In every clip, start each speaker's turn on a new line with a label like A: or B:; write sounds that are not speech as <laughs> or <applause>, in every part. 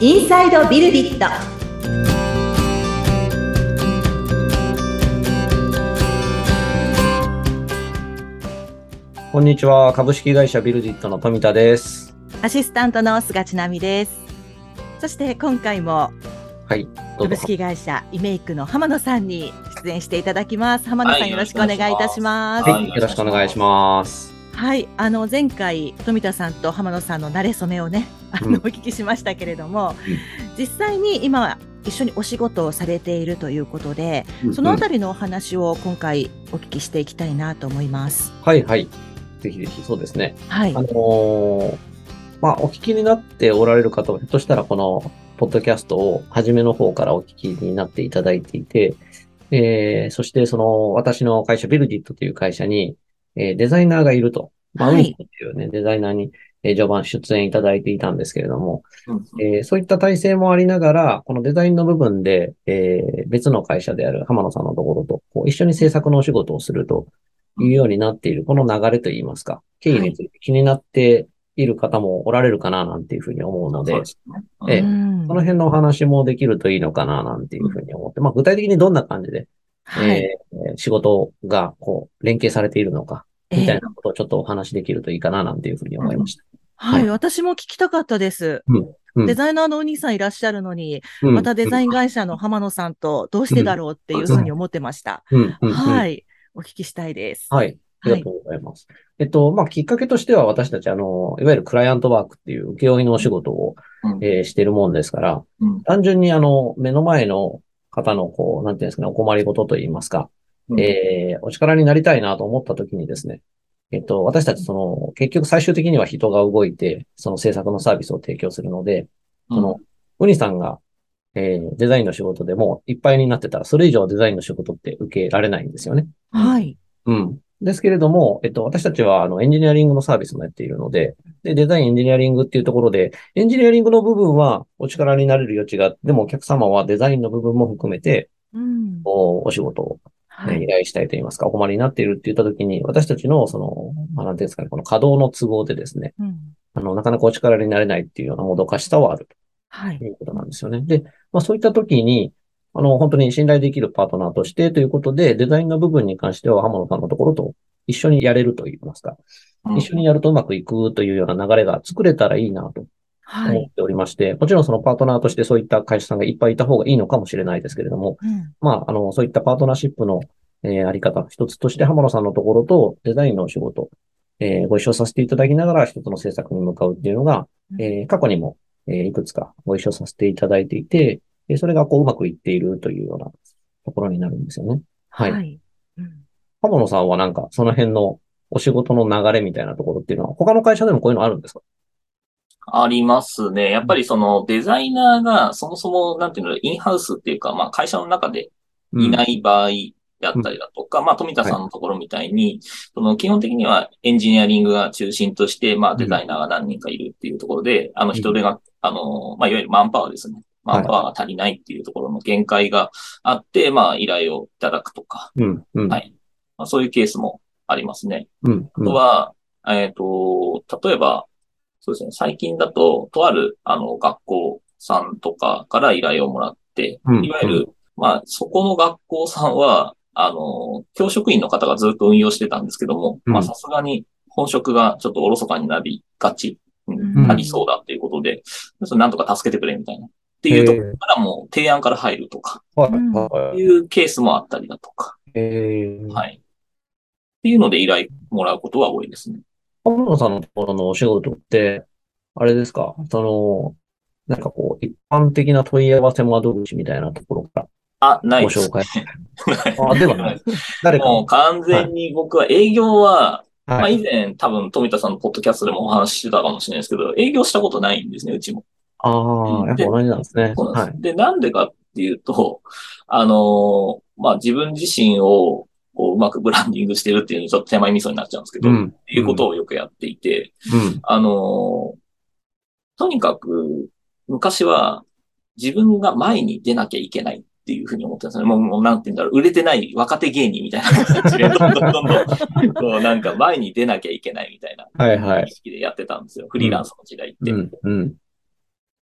A: インサイドビルディット
B: こんにちは。株式会社ビルディットの富田です。
A: アシスタントの菅千奈美ですそして今回も
B: はい。どう
A: 株
B: ぞ。
A: 式会社イメイクの浜野さんに出演していただきます浜野さん、
C: はい
A: よろしくお願いいたします
B: はい。よろしくお願いします。
A: はい、あの前回富田さんと浜野さんの慣れ初めをね、あ
B: うん
A: のお聞きしましたけれども、実際に今一緒にお仕事をされているということで、そのあたりのお話を今回お聞きしていきたいなと思います。
B: はいはい。ぜひぜひ、そうですね。
A: はい
B: あ、のーまあ、お聞きになっておられる方は、ひょっとしたらこの、ポッドキャストを初めの方からお聞きになっていただいていて、えー、そしてその、私の会社、ビルディットという会社に、えーデザイナーがいると。まあ、
A: は
B: ウ
A: い
B: ンコっていうね、デザイナーに、えー序盤出演いただいていたんですけれども、
C: うん
B: えーそういった体制もありながら、このデザインの部分で、えー別の会社である浜野さんのところとこう一緒に制作のお仕事をするというようになっている、この流れといいますか、経緯について気になっている方もおられるかななんていうふうに思うので、
C: そうですね
B: ええ
A: うん
B: その辺のお話もできるといいのかななんていうふうに思って、まあ具体的にどんな感じで、
A: はい、
B: えー仕事がこう連携されているのか、みたい
A: ええ
B: なことをちょっとお話しできるといいかななんていうふうに思いました。
A: はい、
B: はい
A: 私も聞きたかったです。
B: うん
A: デザイナーのお兄さんいらっしゃるのに、
B: うん
A: またデザイン会社の浜野さんとどうしてだろうっていうふうに思ってました。
B: うんうんうん
A: はい、お聞きしたいです。
B: はい。あり
A: は
B: が
A: い
B: とうございます。えっと、まあ、きっかけとしては私たち、あの、いわゆるクライアントワークっていう請負のお仕事を、
C: うん
B: えーしてるもんですから、
C: うん
B: 単純にあの、目の前の方の、こう、なんていうんですかね、お困りごとといいますか、
C: うん
B: えーお力になりたいなと思った時にですね、えっと、私たちその、結局最終的には人が動いて、その制作のサービスを提供するので、その、ウニさんが、えーデザインの仕事でもういっぱいになってたら、それ以上デザインの仕事って受けられないんですよね。
A: はい。
B: うん。ですけれども、えっと、私たちは、あの、エンジニアリングのサービスもやっているので、で、デザインエンジニアリングっていうところで、エンジニアリングの部分はお力になれる余地があって、でもお客様はデザインの部分も含めて、
A: うん。
B: お、お仕事を
A: は
B: ね
A: い
B: 依。頼したいと言いますか、お困りになっているって言ったときに、私たちの、その、まあ、なんていうんですかね、この稼働の都合でですね、
A: うん
B: あの、なかなかお力になれないっていうようなもどかしさはある。
A: はい
B: と。いうことなんですよね。で、まあそういった時に、あの、本当に信頼できるパートナーとしてということで、デザインの部分に関しては浜野さんのところと一緒にやれると言いますか、
C: うん
B: 一緒にやるとうまくいくというような流れが作れたらいいなと
A: は
B: 思
A: い。
B: っておりまして、もちろんそのパートナーとしてそういった会社さんがいっぱいいた方がいいのかもしれないですけれども、
A: うん
B: まあ、あの、そういったパートナーシップの、えーあり方の一つとして、浜野さんのところとデザインのお仕事、えーご一緒させていただきながら、一つの制作に向かうっていうのが、えー過去にも、えーいくつかご一緒させていただいていて、えーそれがこううまくいっているというようなところになるんですよね。はい。
A: はい。うん
B: 浜野さんはなんか、その辺のお仕事の流れみたいなところっていうのは、他の会社でもこういうのあるんですか。
C: ありますね。やっぱりそのデザイナーがそもそも、なんていうの、インハウスっていうか、まあ会社の中でいないい場合だったりだとか、まあ富田さんのところみたいに、その基本的にはエンジニアリングが中心として、まあデザイナーが何人かいるっていうところで、あの
B: うん
C: 人手が、あの、まあいわゆるマンパワーですね。マンパワーが足りないっていうところの限界があって、まあ依頼をいただくとか、
B: うん、うん。
C: はいまあ、そういうケースもありますね。
B: うん、う
C: あ
B: ん。
C: とは、えっ、と、例えば、そうですね、最近だと、とある、あの、学校さんとかから依頼をもらって、
B: うん
C: いわゆる、まあ、そこの学校さんは、あの、教職員の方がずっと運用してたんですけども、
B: うん
C: まあ、さすがに本職がちょっとおろそかになりがち、うん
A: うん
C: なりそうだっていうことで、それなんとか助けてくれみたいな。っていうところからもう提案から入るとか、
B: はい、
A: うん
C: っ
B: は
C: て
B: い。
C: いうケースもあったりだとか、
B: えー
C: はい。っていうので依頼もらうことは多いですね。
B: 浜野さんのところのお仕事って、あれですかその、なんかこう、一般的な問い合わせ窓口みたいなところか
C: あ、な
B: ら
C: い
B: ご
C: です。
B: 紹介。
C: ない
B: あ、では
C: <laughs>
B: ない。誰か
C: もう
B: の。
C: 完全に僕は営業は、ま
B: は
C: あ
B: い。
C: 以前多分富田さんのポッドキャストでもお話ししてたかもしれないですけど、営業したことないんですね、うちも。
B: ああ、やっぱ同じなんですね。
C: そう
B: は
C: なんで
B: い。
C: す。で、なんでかっていうと、 <laughs> あのーまあ自分自身をこううまくブランディングしてるっていうのちょっと手前味噌になっちゃうんですけど、っ
B: ん。
C: ていうことをよくやっていて、
B: うん。
C: あのーとにかく、昔は自分が前に出なきゃいけないっていうふうに思ってたんですよね。もう、もうなんて言うんだろう、売れてない若手芸人み
B: <laughs>
C: たいな感じで、どんどんどんどん、こうなんか前に出なきゃいけないみたいな
B: はいはい
C: 意。識でやってたんですよ。フリーランスの時代って。
B: うん。うん。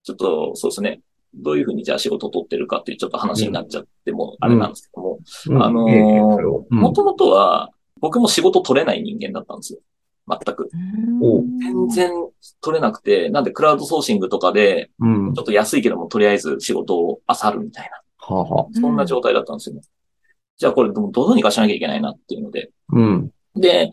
C: ちょっと、そうですね。どういうふうにじゃあ仕事を取ってるかっていうちょっと話になっちゃっても、あれなんですけども、
B: うん
C: あのー
B: いえいえそれをうん
C: もともとは僕も仕事取れない人間だったんですよ。全く。
B: お
C: 全然取れなくて、なんでクラウドソーシングとかで、
B: うん
C: ちょっと安いけどもとりあえず仕事を漁るみたいな、
B: はあはあ。
C: そんな状態だったんですよね。じゃあこれどうどうにかしなきゃいけないなっていうので、
B: うん。
C: で、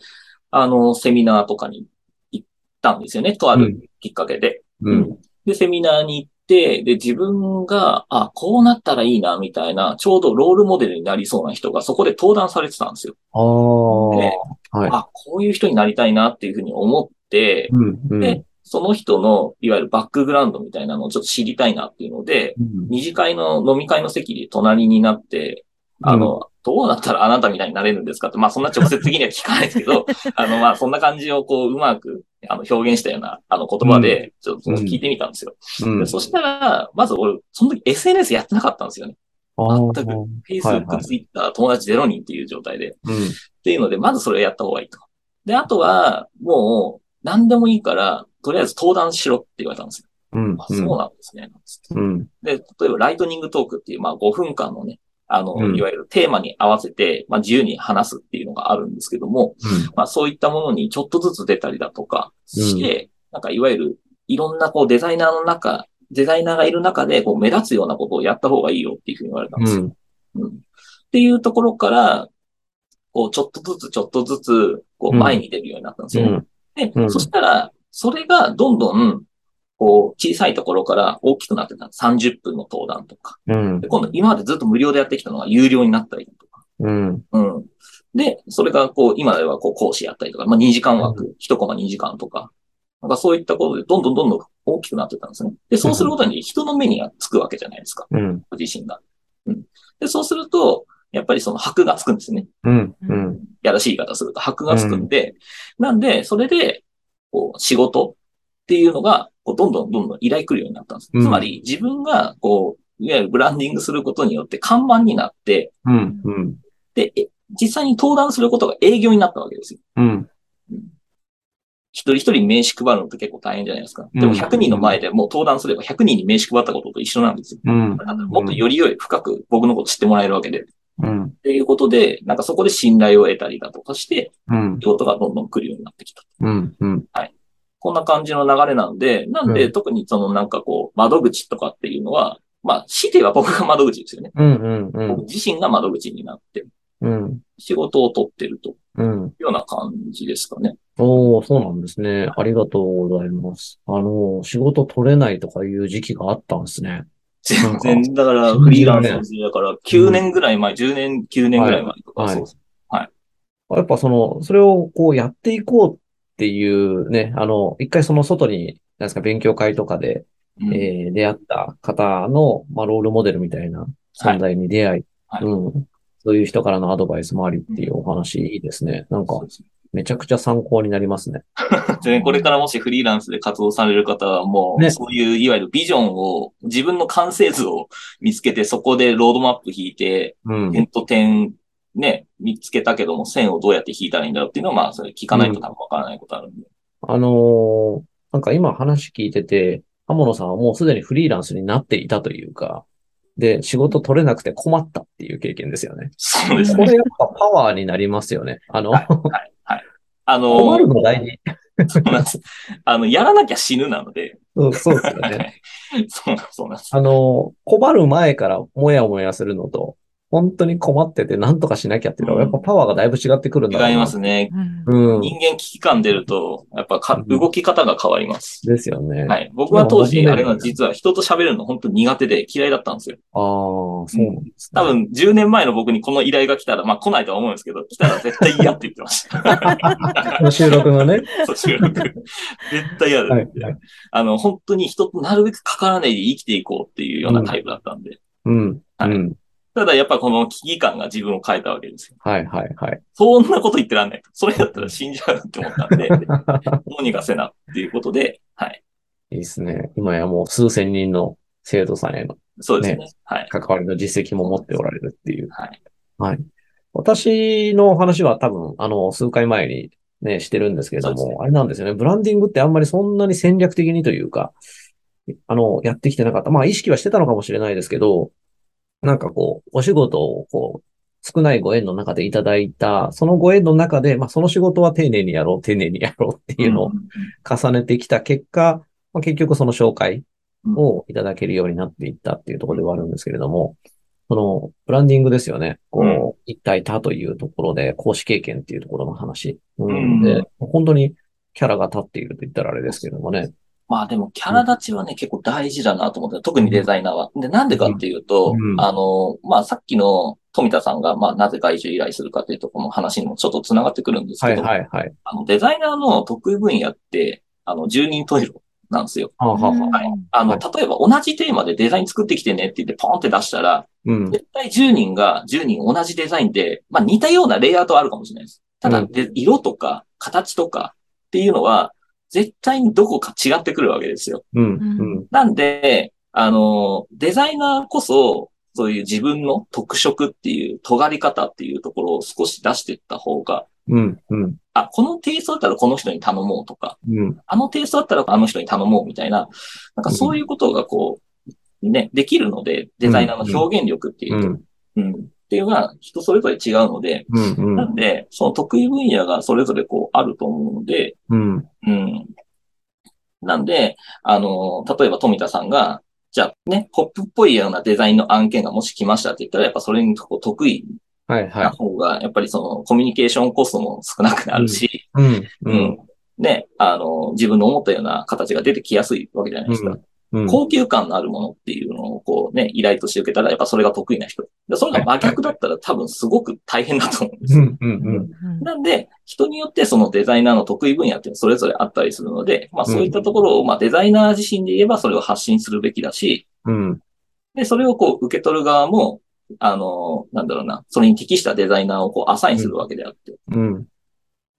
C: あの、セミナーとかに行ったんですよね。とあるきっかけで。
B: うん。
C: で、セミナーに行って、で、自分が、あ、こうなったらいいな、みたいな、ちょうどロールモデルになりそうな人がそこで登壇されてたんですよ。
B: ああ。
C: ね
B: はい。
C: あ、こういう人になりたいなっていうふうに思って、
B: うん。うん。
C: で、その人の、いわゆるバックグラウンドみたいなのをちょっと知りたいなっていうので、
B: うん
C: 二次会の飲み会の席で隣になって、あの、どうなったらあなたみたいになれるんですかって、まあそんな直接的には聞かないですけ
B: <laughs>
C: ど、あのまあそんな感じをこううまくあの表現したようなあの言葉で、ちょっと聞いてみたんですよ。
B: うん。
C: でそしたら、まず俺、その時 SNS やってなかったんですよね。
B: ああ
C: 全く
B: う
C: Facebook、Twitter、友達0人っていう状態
B: ん。
C: で。っていうので、まずそれをやった方がいいと。で、あとは、もう、何でもいいから、とりあえず登壇しろって言われたんですよ。
B: うん。
C: あ、そうなんですね。なんつって
B: うん。
C: で、例えばライトニングトークっていう、まあ5分間のね、あの、
B: うん
C: いわゆるテーマに合わせて、まあ自由に話すっていうのがあるんですけども、
B: うん。
C: まあそういったものにちょっとずつ出たりだとかして、なんかいわゆるいろんなこうデザイナーの中、デザイナーがいる中でこう目立つようなことをやった方がいいよっていうふうに言われたんですよ。
B: うん。
C: うんっていうところから、こうちょっとずつちょっとずつ、こ
B: う
C: う
B: ん
C: 前に出るようになったんですよ。
B: うん
C: で、
B: うん
C: そしたら、それがどんどん、こう、小さいところから大きくなってた。30分の登壇とか。
B: うん
C: で今度、今までずっと無料でやってきたのが有料になったりだとか。
B: うん。
C: うん。で、それがこう、今ではこう、講師やったりとか、まあ、2時間枠、1コマ2時間とか。なんかそういったことで、どんどんどんどん大きくなってたんですね。で、そうすることに人の目にはつくわけじゃないですか。
B: うん。
C: ご自身が。うん。で、そうすると、やっぱりその箔がつくんですね。
B: うん。うん。
C: やらしい言い方すると箔がつくんで、なんで、それで、こう、仕事っていうのが、こう、どんどんどんどん依頼来るようになったんです。
B: うん
C: つまり、自分が、こう、いわゆるブランディングすることによって看板になって、
B: うん。うん。
C: で、え実際に登壇することが営業になったわけですよ。
B: うん。
C: 一人一人に名刺配るのって結構大変じゃないですか。で
B: う
C: も
B: ん
C: 100人の前でもう登壇すれば100人に名刺配ったことと一緒なんですよ。
B: うん。
C: だからもっとよりよい深く僕のこと知ってもらえるわけで。っ
B: うん。
C: ていうことで、なんかそこで信頼を得たりだとかして、
B: うん。
C: 仕事がどんどん来るようになってきた。
B: うん。うん。
C: こんな感じの流れなんで、なんで、
B: うん
C: 特にそのなんかこう、窓口とかっていうのは、まあ、死では僕が窓口ですよね。
B: うん。う
C: 僕
B: ん。
C: 自身が窓口になって、
B: うん。
C: 仕事を取ってると
B: う
C: い
B: ん。
C: うような感じですかね。
B: おー、そうなんですね。ありがとうございます。あの、仕事取れないとかいう時期があったんですね。
C: 全
B: なん
C: 然、だから、
B: 信
C: フリ
B: じ
C: ーラ
B: ら
C: ン
B: れ
C: ス
B: ん
C: の時代だから、9年ぐらい前、10年、9年ぐらい前とか、
B: はい
C: そうです
B: やっぱその、それをこうやっていこうっていうね、あの、一回その外に、なんですか、勉強会とかで、
C: うん
B: えー出会った方の、まあ、ロールモデルみたいな存在に出会い、
C: はい
B: うん。そういう人からのアドバイスもありっていうお話、いいですね。なんか
C: そう、です
B: めちゃくちゃ参考になりますね。
C: 全然これからもしフリーランスで活動される方は、もう、
B: ね
C: そういう、いわゆるビジョンを、自分の完成図を見つけて、そこでロードマップ引いて、
B: うん。
C: 点と点、ね、見つけたけども、線をどうやって引いたらいいんだろうっていうのは、まあ、それ聞かないと多分わからないことあるんで。
B: あのーなんか今話聞いてて、浜野さんはもうすでにフリーランスになっていたというか、で、仕事取れなくて困ったっていう経験ですよね。
C: そうです
B: こ
C: ね。
B: れやっぱパワーになりますよね。あの、
C: あの、
B: 困るの大事。
C: そうなんです。あの、やらなきゃ死ぬなので、
B: うんそうですよ
C: は
B: ね。 <laughs>
C: い <laughs> そうなんです、そうなんです。
B: あの、困る前からもやもやするのと、本当に困ってて何とかしなきゃっていうのは、
C: う
B: や
C: ん
B: っぱパワーがだいぶ違ってくるんだろうな
C: 違いますね。
B: うん。
C: 人間危機感出ると、やっぱか
B: うん
C: 動き方が変わります。
B: ですよね。
C: はい。僕は当時、
B: まあ
C: あれ
B: 僕もね
C: は実は人と喋るの本当に苦手で嫌いだったんですよ。
B: ああ、そうなんですね。
C: 多分10年前の僕にこの依頼が来たら、まあ来ないとは思うんですけど、来たら絶対嫌って言ってました。
B: この収録のね。
C: <laughs> そう収録絶対嫌だ、
B: はい。はい
C: あの、本当に人となるべく関わらないで生きていこうっていうようなタイプだったんで。
B: うん。
C: はい
B: うん。
C: ただやっぱこの危機感が自分を変えたわけですよ。
B: はいはいはい。
C: そんなこと言ってらんない。それだったら死んじゃうって思った
B: <laughs>
C: んで、どうにかせなっていうことで、はい。
B: いいですね。今やもう数千人の生徒さんへの
C: そうですね。
B: ね
C: はい。
B: 関わりの実績も持っておられるっていう。
C: はい。
B: はい。私の話は多分、あの、数回前にね、してるんですけれど
C: そう
B: も、
C: です
B: あれなんですよね。ブランディングってあんまりそんなに戦略的にというか、あの、やってきてなかった。まあ、意識はしてたのかもしれないですけど、なんかこう、お仕事をこう、少ないご縁の中でいただいた、そのご縁の中で、まあ、その仕事は丁寧にやろう、丁寧にやろうっていうのを重ねてきた結果、まあ、結局その紹介をいただけるようになっていったっていうところではあるんですけれども、その、ブランディングですよね。こう、
C: うん
B: 一体他というところで、講師経験っていうところの話。う
C: うん
B: ん。で、本当にキャラが立っていると言ったらあれですけれどもね。
C: まあでもキャラ立ちはね、結構大事だなと思って、特にデザイナーは。で、なんでかっていうと、
B: うん
C: あの、まあさっきの富田さんが、まあなぜ外注依頼するかっていうところの話にもちょっと繋がってくるんです
B: は
C: け
B: い
C: ど、
B: はいはい。
C: あのデザイナーの得意分野って、あの、住人トイレなんですよ。
B: はあはあはあ
C: はいあの、
B: はい
C: 例えば同じテーマでデザイン作ってきてねって言ってポンって出したら、
B: うん。
C: 絶対10人が10人同じデザインで、まあ似たようなレイアウトはあるかもしれないです。ただ、
B: うん
C: で色とか形とかっていうのは、絶対にどこか違ってくるわけですよ。
B: うん。うん。
C: なんで、あの、デザイナーこそ、そういう自分の特色っていう、尖り方っていうところを少し出していった方が、
B: うん。うん。
C: あ、このテイストだったらこの人に頼もうとか、
B: うん。
C: あのテイストだったらあの人に頼もうみたいな、なんかそういうことがこう、ね、できるので、デザイナーの表現力っていう
B: ん。
C: う、うん、っていうのが人それぞれ違うので、
B: うん。う
C: なんんで、その得意分野がそれぞれこうあると思うので、
B: うん。
C: うん。なんで、あの、例えば富田さんが、じゃあね、ポップっぽいようなデザインの案件がもし来ましたって言ったら、やっぱそれにこう得意
B: はいは。
C: ない方が、やっぱりそのコミュニケーションコストも少なくなるし、
B: うん。う。。
C: うんね、あの、自分の思ったような形が出てきやすいわけじゃないですか。
B: うん。
C: 高級感のあるものっていうのをこうね、依頼として受けたら、やっぱそれが得意な人。でそれが真逆だったら多分すごく大変だと思うんです
B: う
C: よ。
B: ん。うん。うん。
C: なんで、人によってそのデザイナーの得意分野っていうのはそれぞれあったりするので、まあそういったところを、まあデザイナー自身で言えばそれを発信するべきだし、
B: うん。
C: で、それをこう受け取る側も、あの、なんだろうな、それに適したデザイナーをこうアサインするわけであって、っ
B: うん。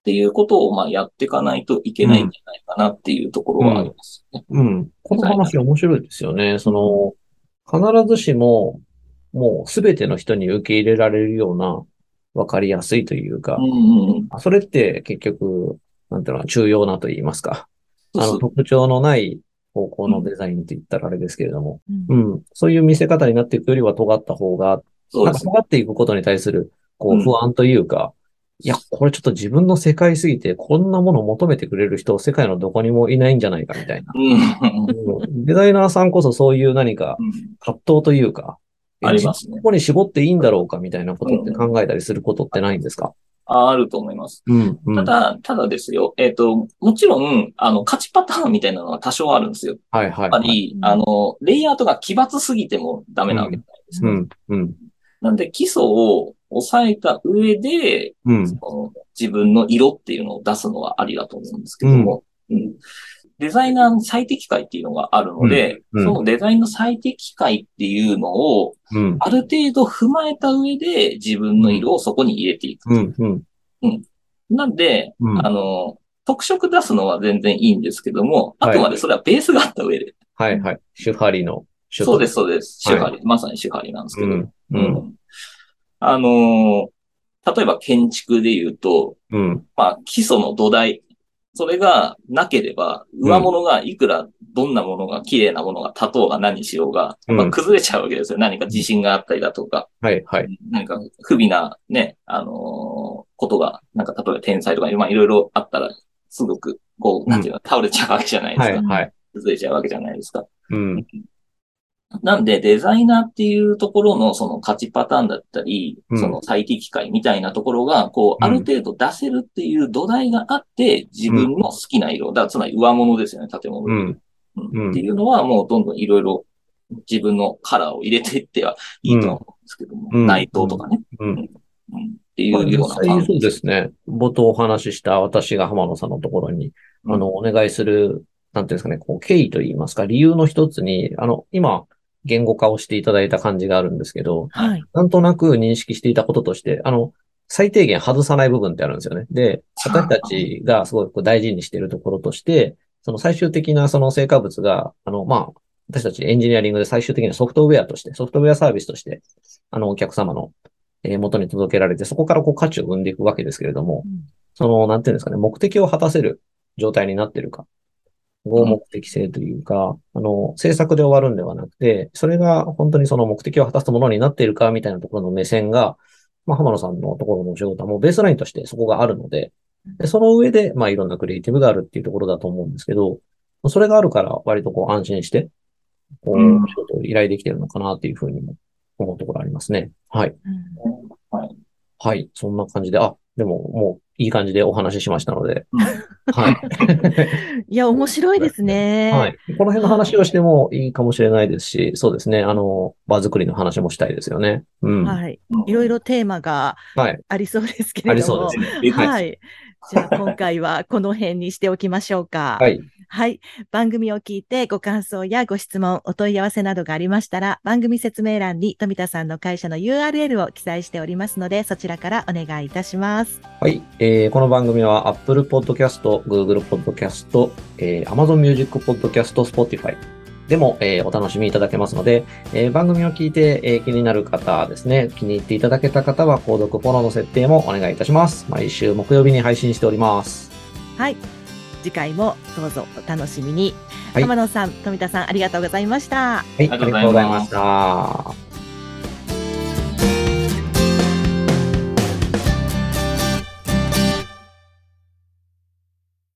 C: ていうことをまあやっていかないといけないんじゃないかなっていうところはありますね。
B: うん。この話面白いですよね。その、必ずしも、もうすべての人に受け入れられるような、わかりやすいというか
C: う、んうんうん。
B: それって結局、なんていうのかな、重要なと言いますか。あ
C: そ
B: の、
C: うそう
B: 特徴のない方向のデザインって言ったらあれですけれども、うん。そういう見せ方になっていくよりは尖った方が、
C: そう
B: なん
C: で
B: か
C: すね。
B: 尖っていくことに対する、こ
C: う
B: う、
C: ん
B: 不安というか、いや、これちょっと自分の世界すぎて、こんなものを求めてくれる人、世界のどこにもいないんじゃないかみたいな。
C: う
B: う
C: ん
B: んデザイナーさんこそそういう何か
C: うん。
B: 葛藤というか、
C: ありますね
B: こ。こに絞っていいんだろうかみたいなことって考えたりすることってないんですか
C: ああると思います。
B: うん。うん
C: ただ、ただですよ。えっ、と、もちろん、あの、勝ちパターンみたいなのは多少あるんですよ。
B: はいはい
C: やっぱ
B: はい。
C: り、あの、レイアウトが奇抜すぎてもダメなわけじゃないです
B: う
C: か。
B: ん。うん。
C: なんで、基礎を抑えた上で、
B: うん。
C: その自分の色っていうのを出すのはありだと思うんですけども、うんデザイナーの最適解っていうのがあるので、
B: うんうん
C: そのデザインの最適解っていうのを、
B: うん。
C: ある程度踏まえた上で自分の色をそこに入れていく。
B: うん。うん。
C: なんで、
B: うん
C: あの、特色出すのは全然いいんですけども、あ
B: はい
C: くまでそれはベースがあった上で。
B: はいはい。手張りの。手張
C: そう
B: り
C: です、そうです。
B: は
C: 手
B: い
C: 張り、まさに手張りなんですけ
B: う
C: ど。
B: ん。うん。
C: あのー例えば建築で言うと、
B: うん。
C: まあ、基礎の土台、それがなければ、上物がいくらどんなものが綺麗なものが立とうが何しようが、
B: うん
C: まあ、崩れちゃうわけですよ。何か地震があったりだとか、
B: はいはい。
C: 何か不備なね、あのーことが、なんか例えば天災とか、まあ、いろいろあったら、すごく、こう、なんていうの、倒れちゃうわけじゃないで
B: は
C: すか。
B: いはい。
C: 崩れちゃうわけじゃないですか。
B: うん。
C: なんで、デザイナーっていうところのその勝ちパターンだったり、
B: うん
C: その最適解みたいなところが、こ
B: う
C: う、あ
B: ん
C: る程度出せるっていう土台があって、自分の好きな色、だからつまり上物ですよね、建物。
B: うん。
C: うん
B: うん
C: っていうのは、もうどんどんいろいろ自分のカラーを入れていってはいいとは思うんですけども、
B: うん
C: 内藤とかね、
B: うん。
C: うんっていうような
B: まあ実
C: 感
B: 際
C: じ。
B: そうですね。冒頭お話しした私が浜野さんのところに、
C: うん
B: あの、お願いする、なんていうんですかね、こう、経緯といいますか、理由の一つに、あの、今、言語化をしていただいた感じがあるんですけど、
A: はい。
B: なんとなく認識していたこととして、あの、最低限外さない部分ってあるんですよね。で、私たちがすごく大事にしているところとして、その最終的なその成果物が、あの、まあ、私たちエンジニアリングで最終的にソフトウェアとして、ソフトウェアサービスとして、あの、お客様のえー元に届けられて、そこからこう価値を生んでいくわけですけれども、その、なんていうんですかね、目的を果たせる状態になってるか。合目的性というか、あの、制作で終わるんではなくて、それが本当にその目的を果たすものになっているか、みたいなところの目線が、まあ、浜野さんのところのお仕事はもうベースラインとしてそこがあるので、でその上で、まあ、いろんなクリエイティブがあるっていうところだと思うんですけど、それがあるから割とこう安心して、こう、
C: うん
B: 仕事を依頼できてるのかなっていうふうにも思うところありますね。はい。
A: うん
C: はい。
B: はい。そんな感じで、あ、でももういい感じでお話ししましたので、
C: うん
B: はい。
A: いや、面白いですね。
B: はい。この辺の話をしてもいいかもしれないですし、そうですね。あの、場作りの話もしたいですよね。うん。はい。
A: はい。
C: うん
A: いろいろテーマが
B: はい。
A: ありそうですけれども。
B: ありそうですね。
C: びっくり
A: は
C: し
A: い。じゃあ今回はこの辺にしておきましょうか。
B: はい。
A: はい。番組を聞いてご感想やご質問、お問い合わせなどがありましたら、番組説明欄に富田さんの会社の URL を記載しておりますので、そちらからお願いいたします。
B: はい。えーこの番組は Apple Podcast、Google Podcast、えー Amazon Music Podcast、Spotify でも、えーお楽しみいただけますので、えー番組を聞いて、えー気になる方ですね、気に入っていただけた方は、購読フォローの設定もお願いいたします。毎週木曜日に配信しております。
A: はい。次回もどうぞお楽しみに。
B: はい
A: 浜野さん、富田さん、ありがとうございました。
B: はい、
C: ありがとうございます
B: ありがとうございました。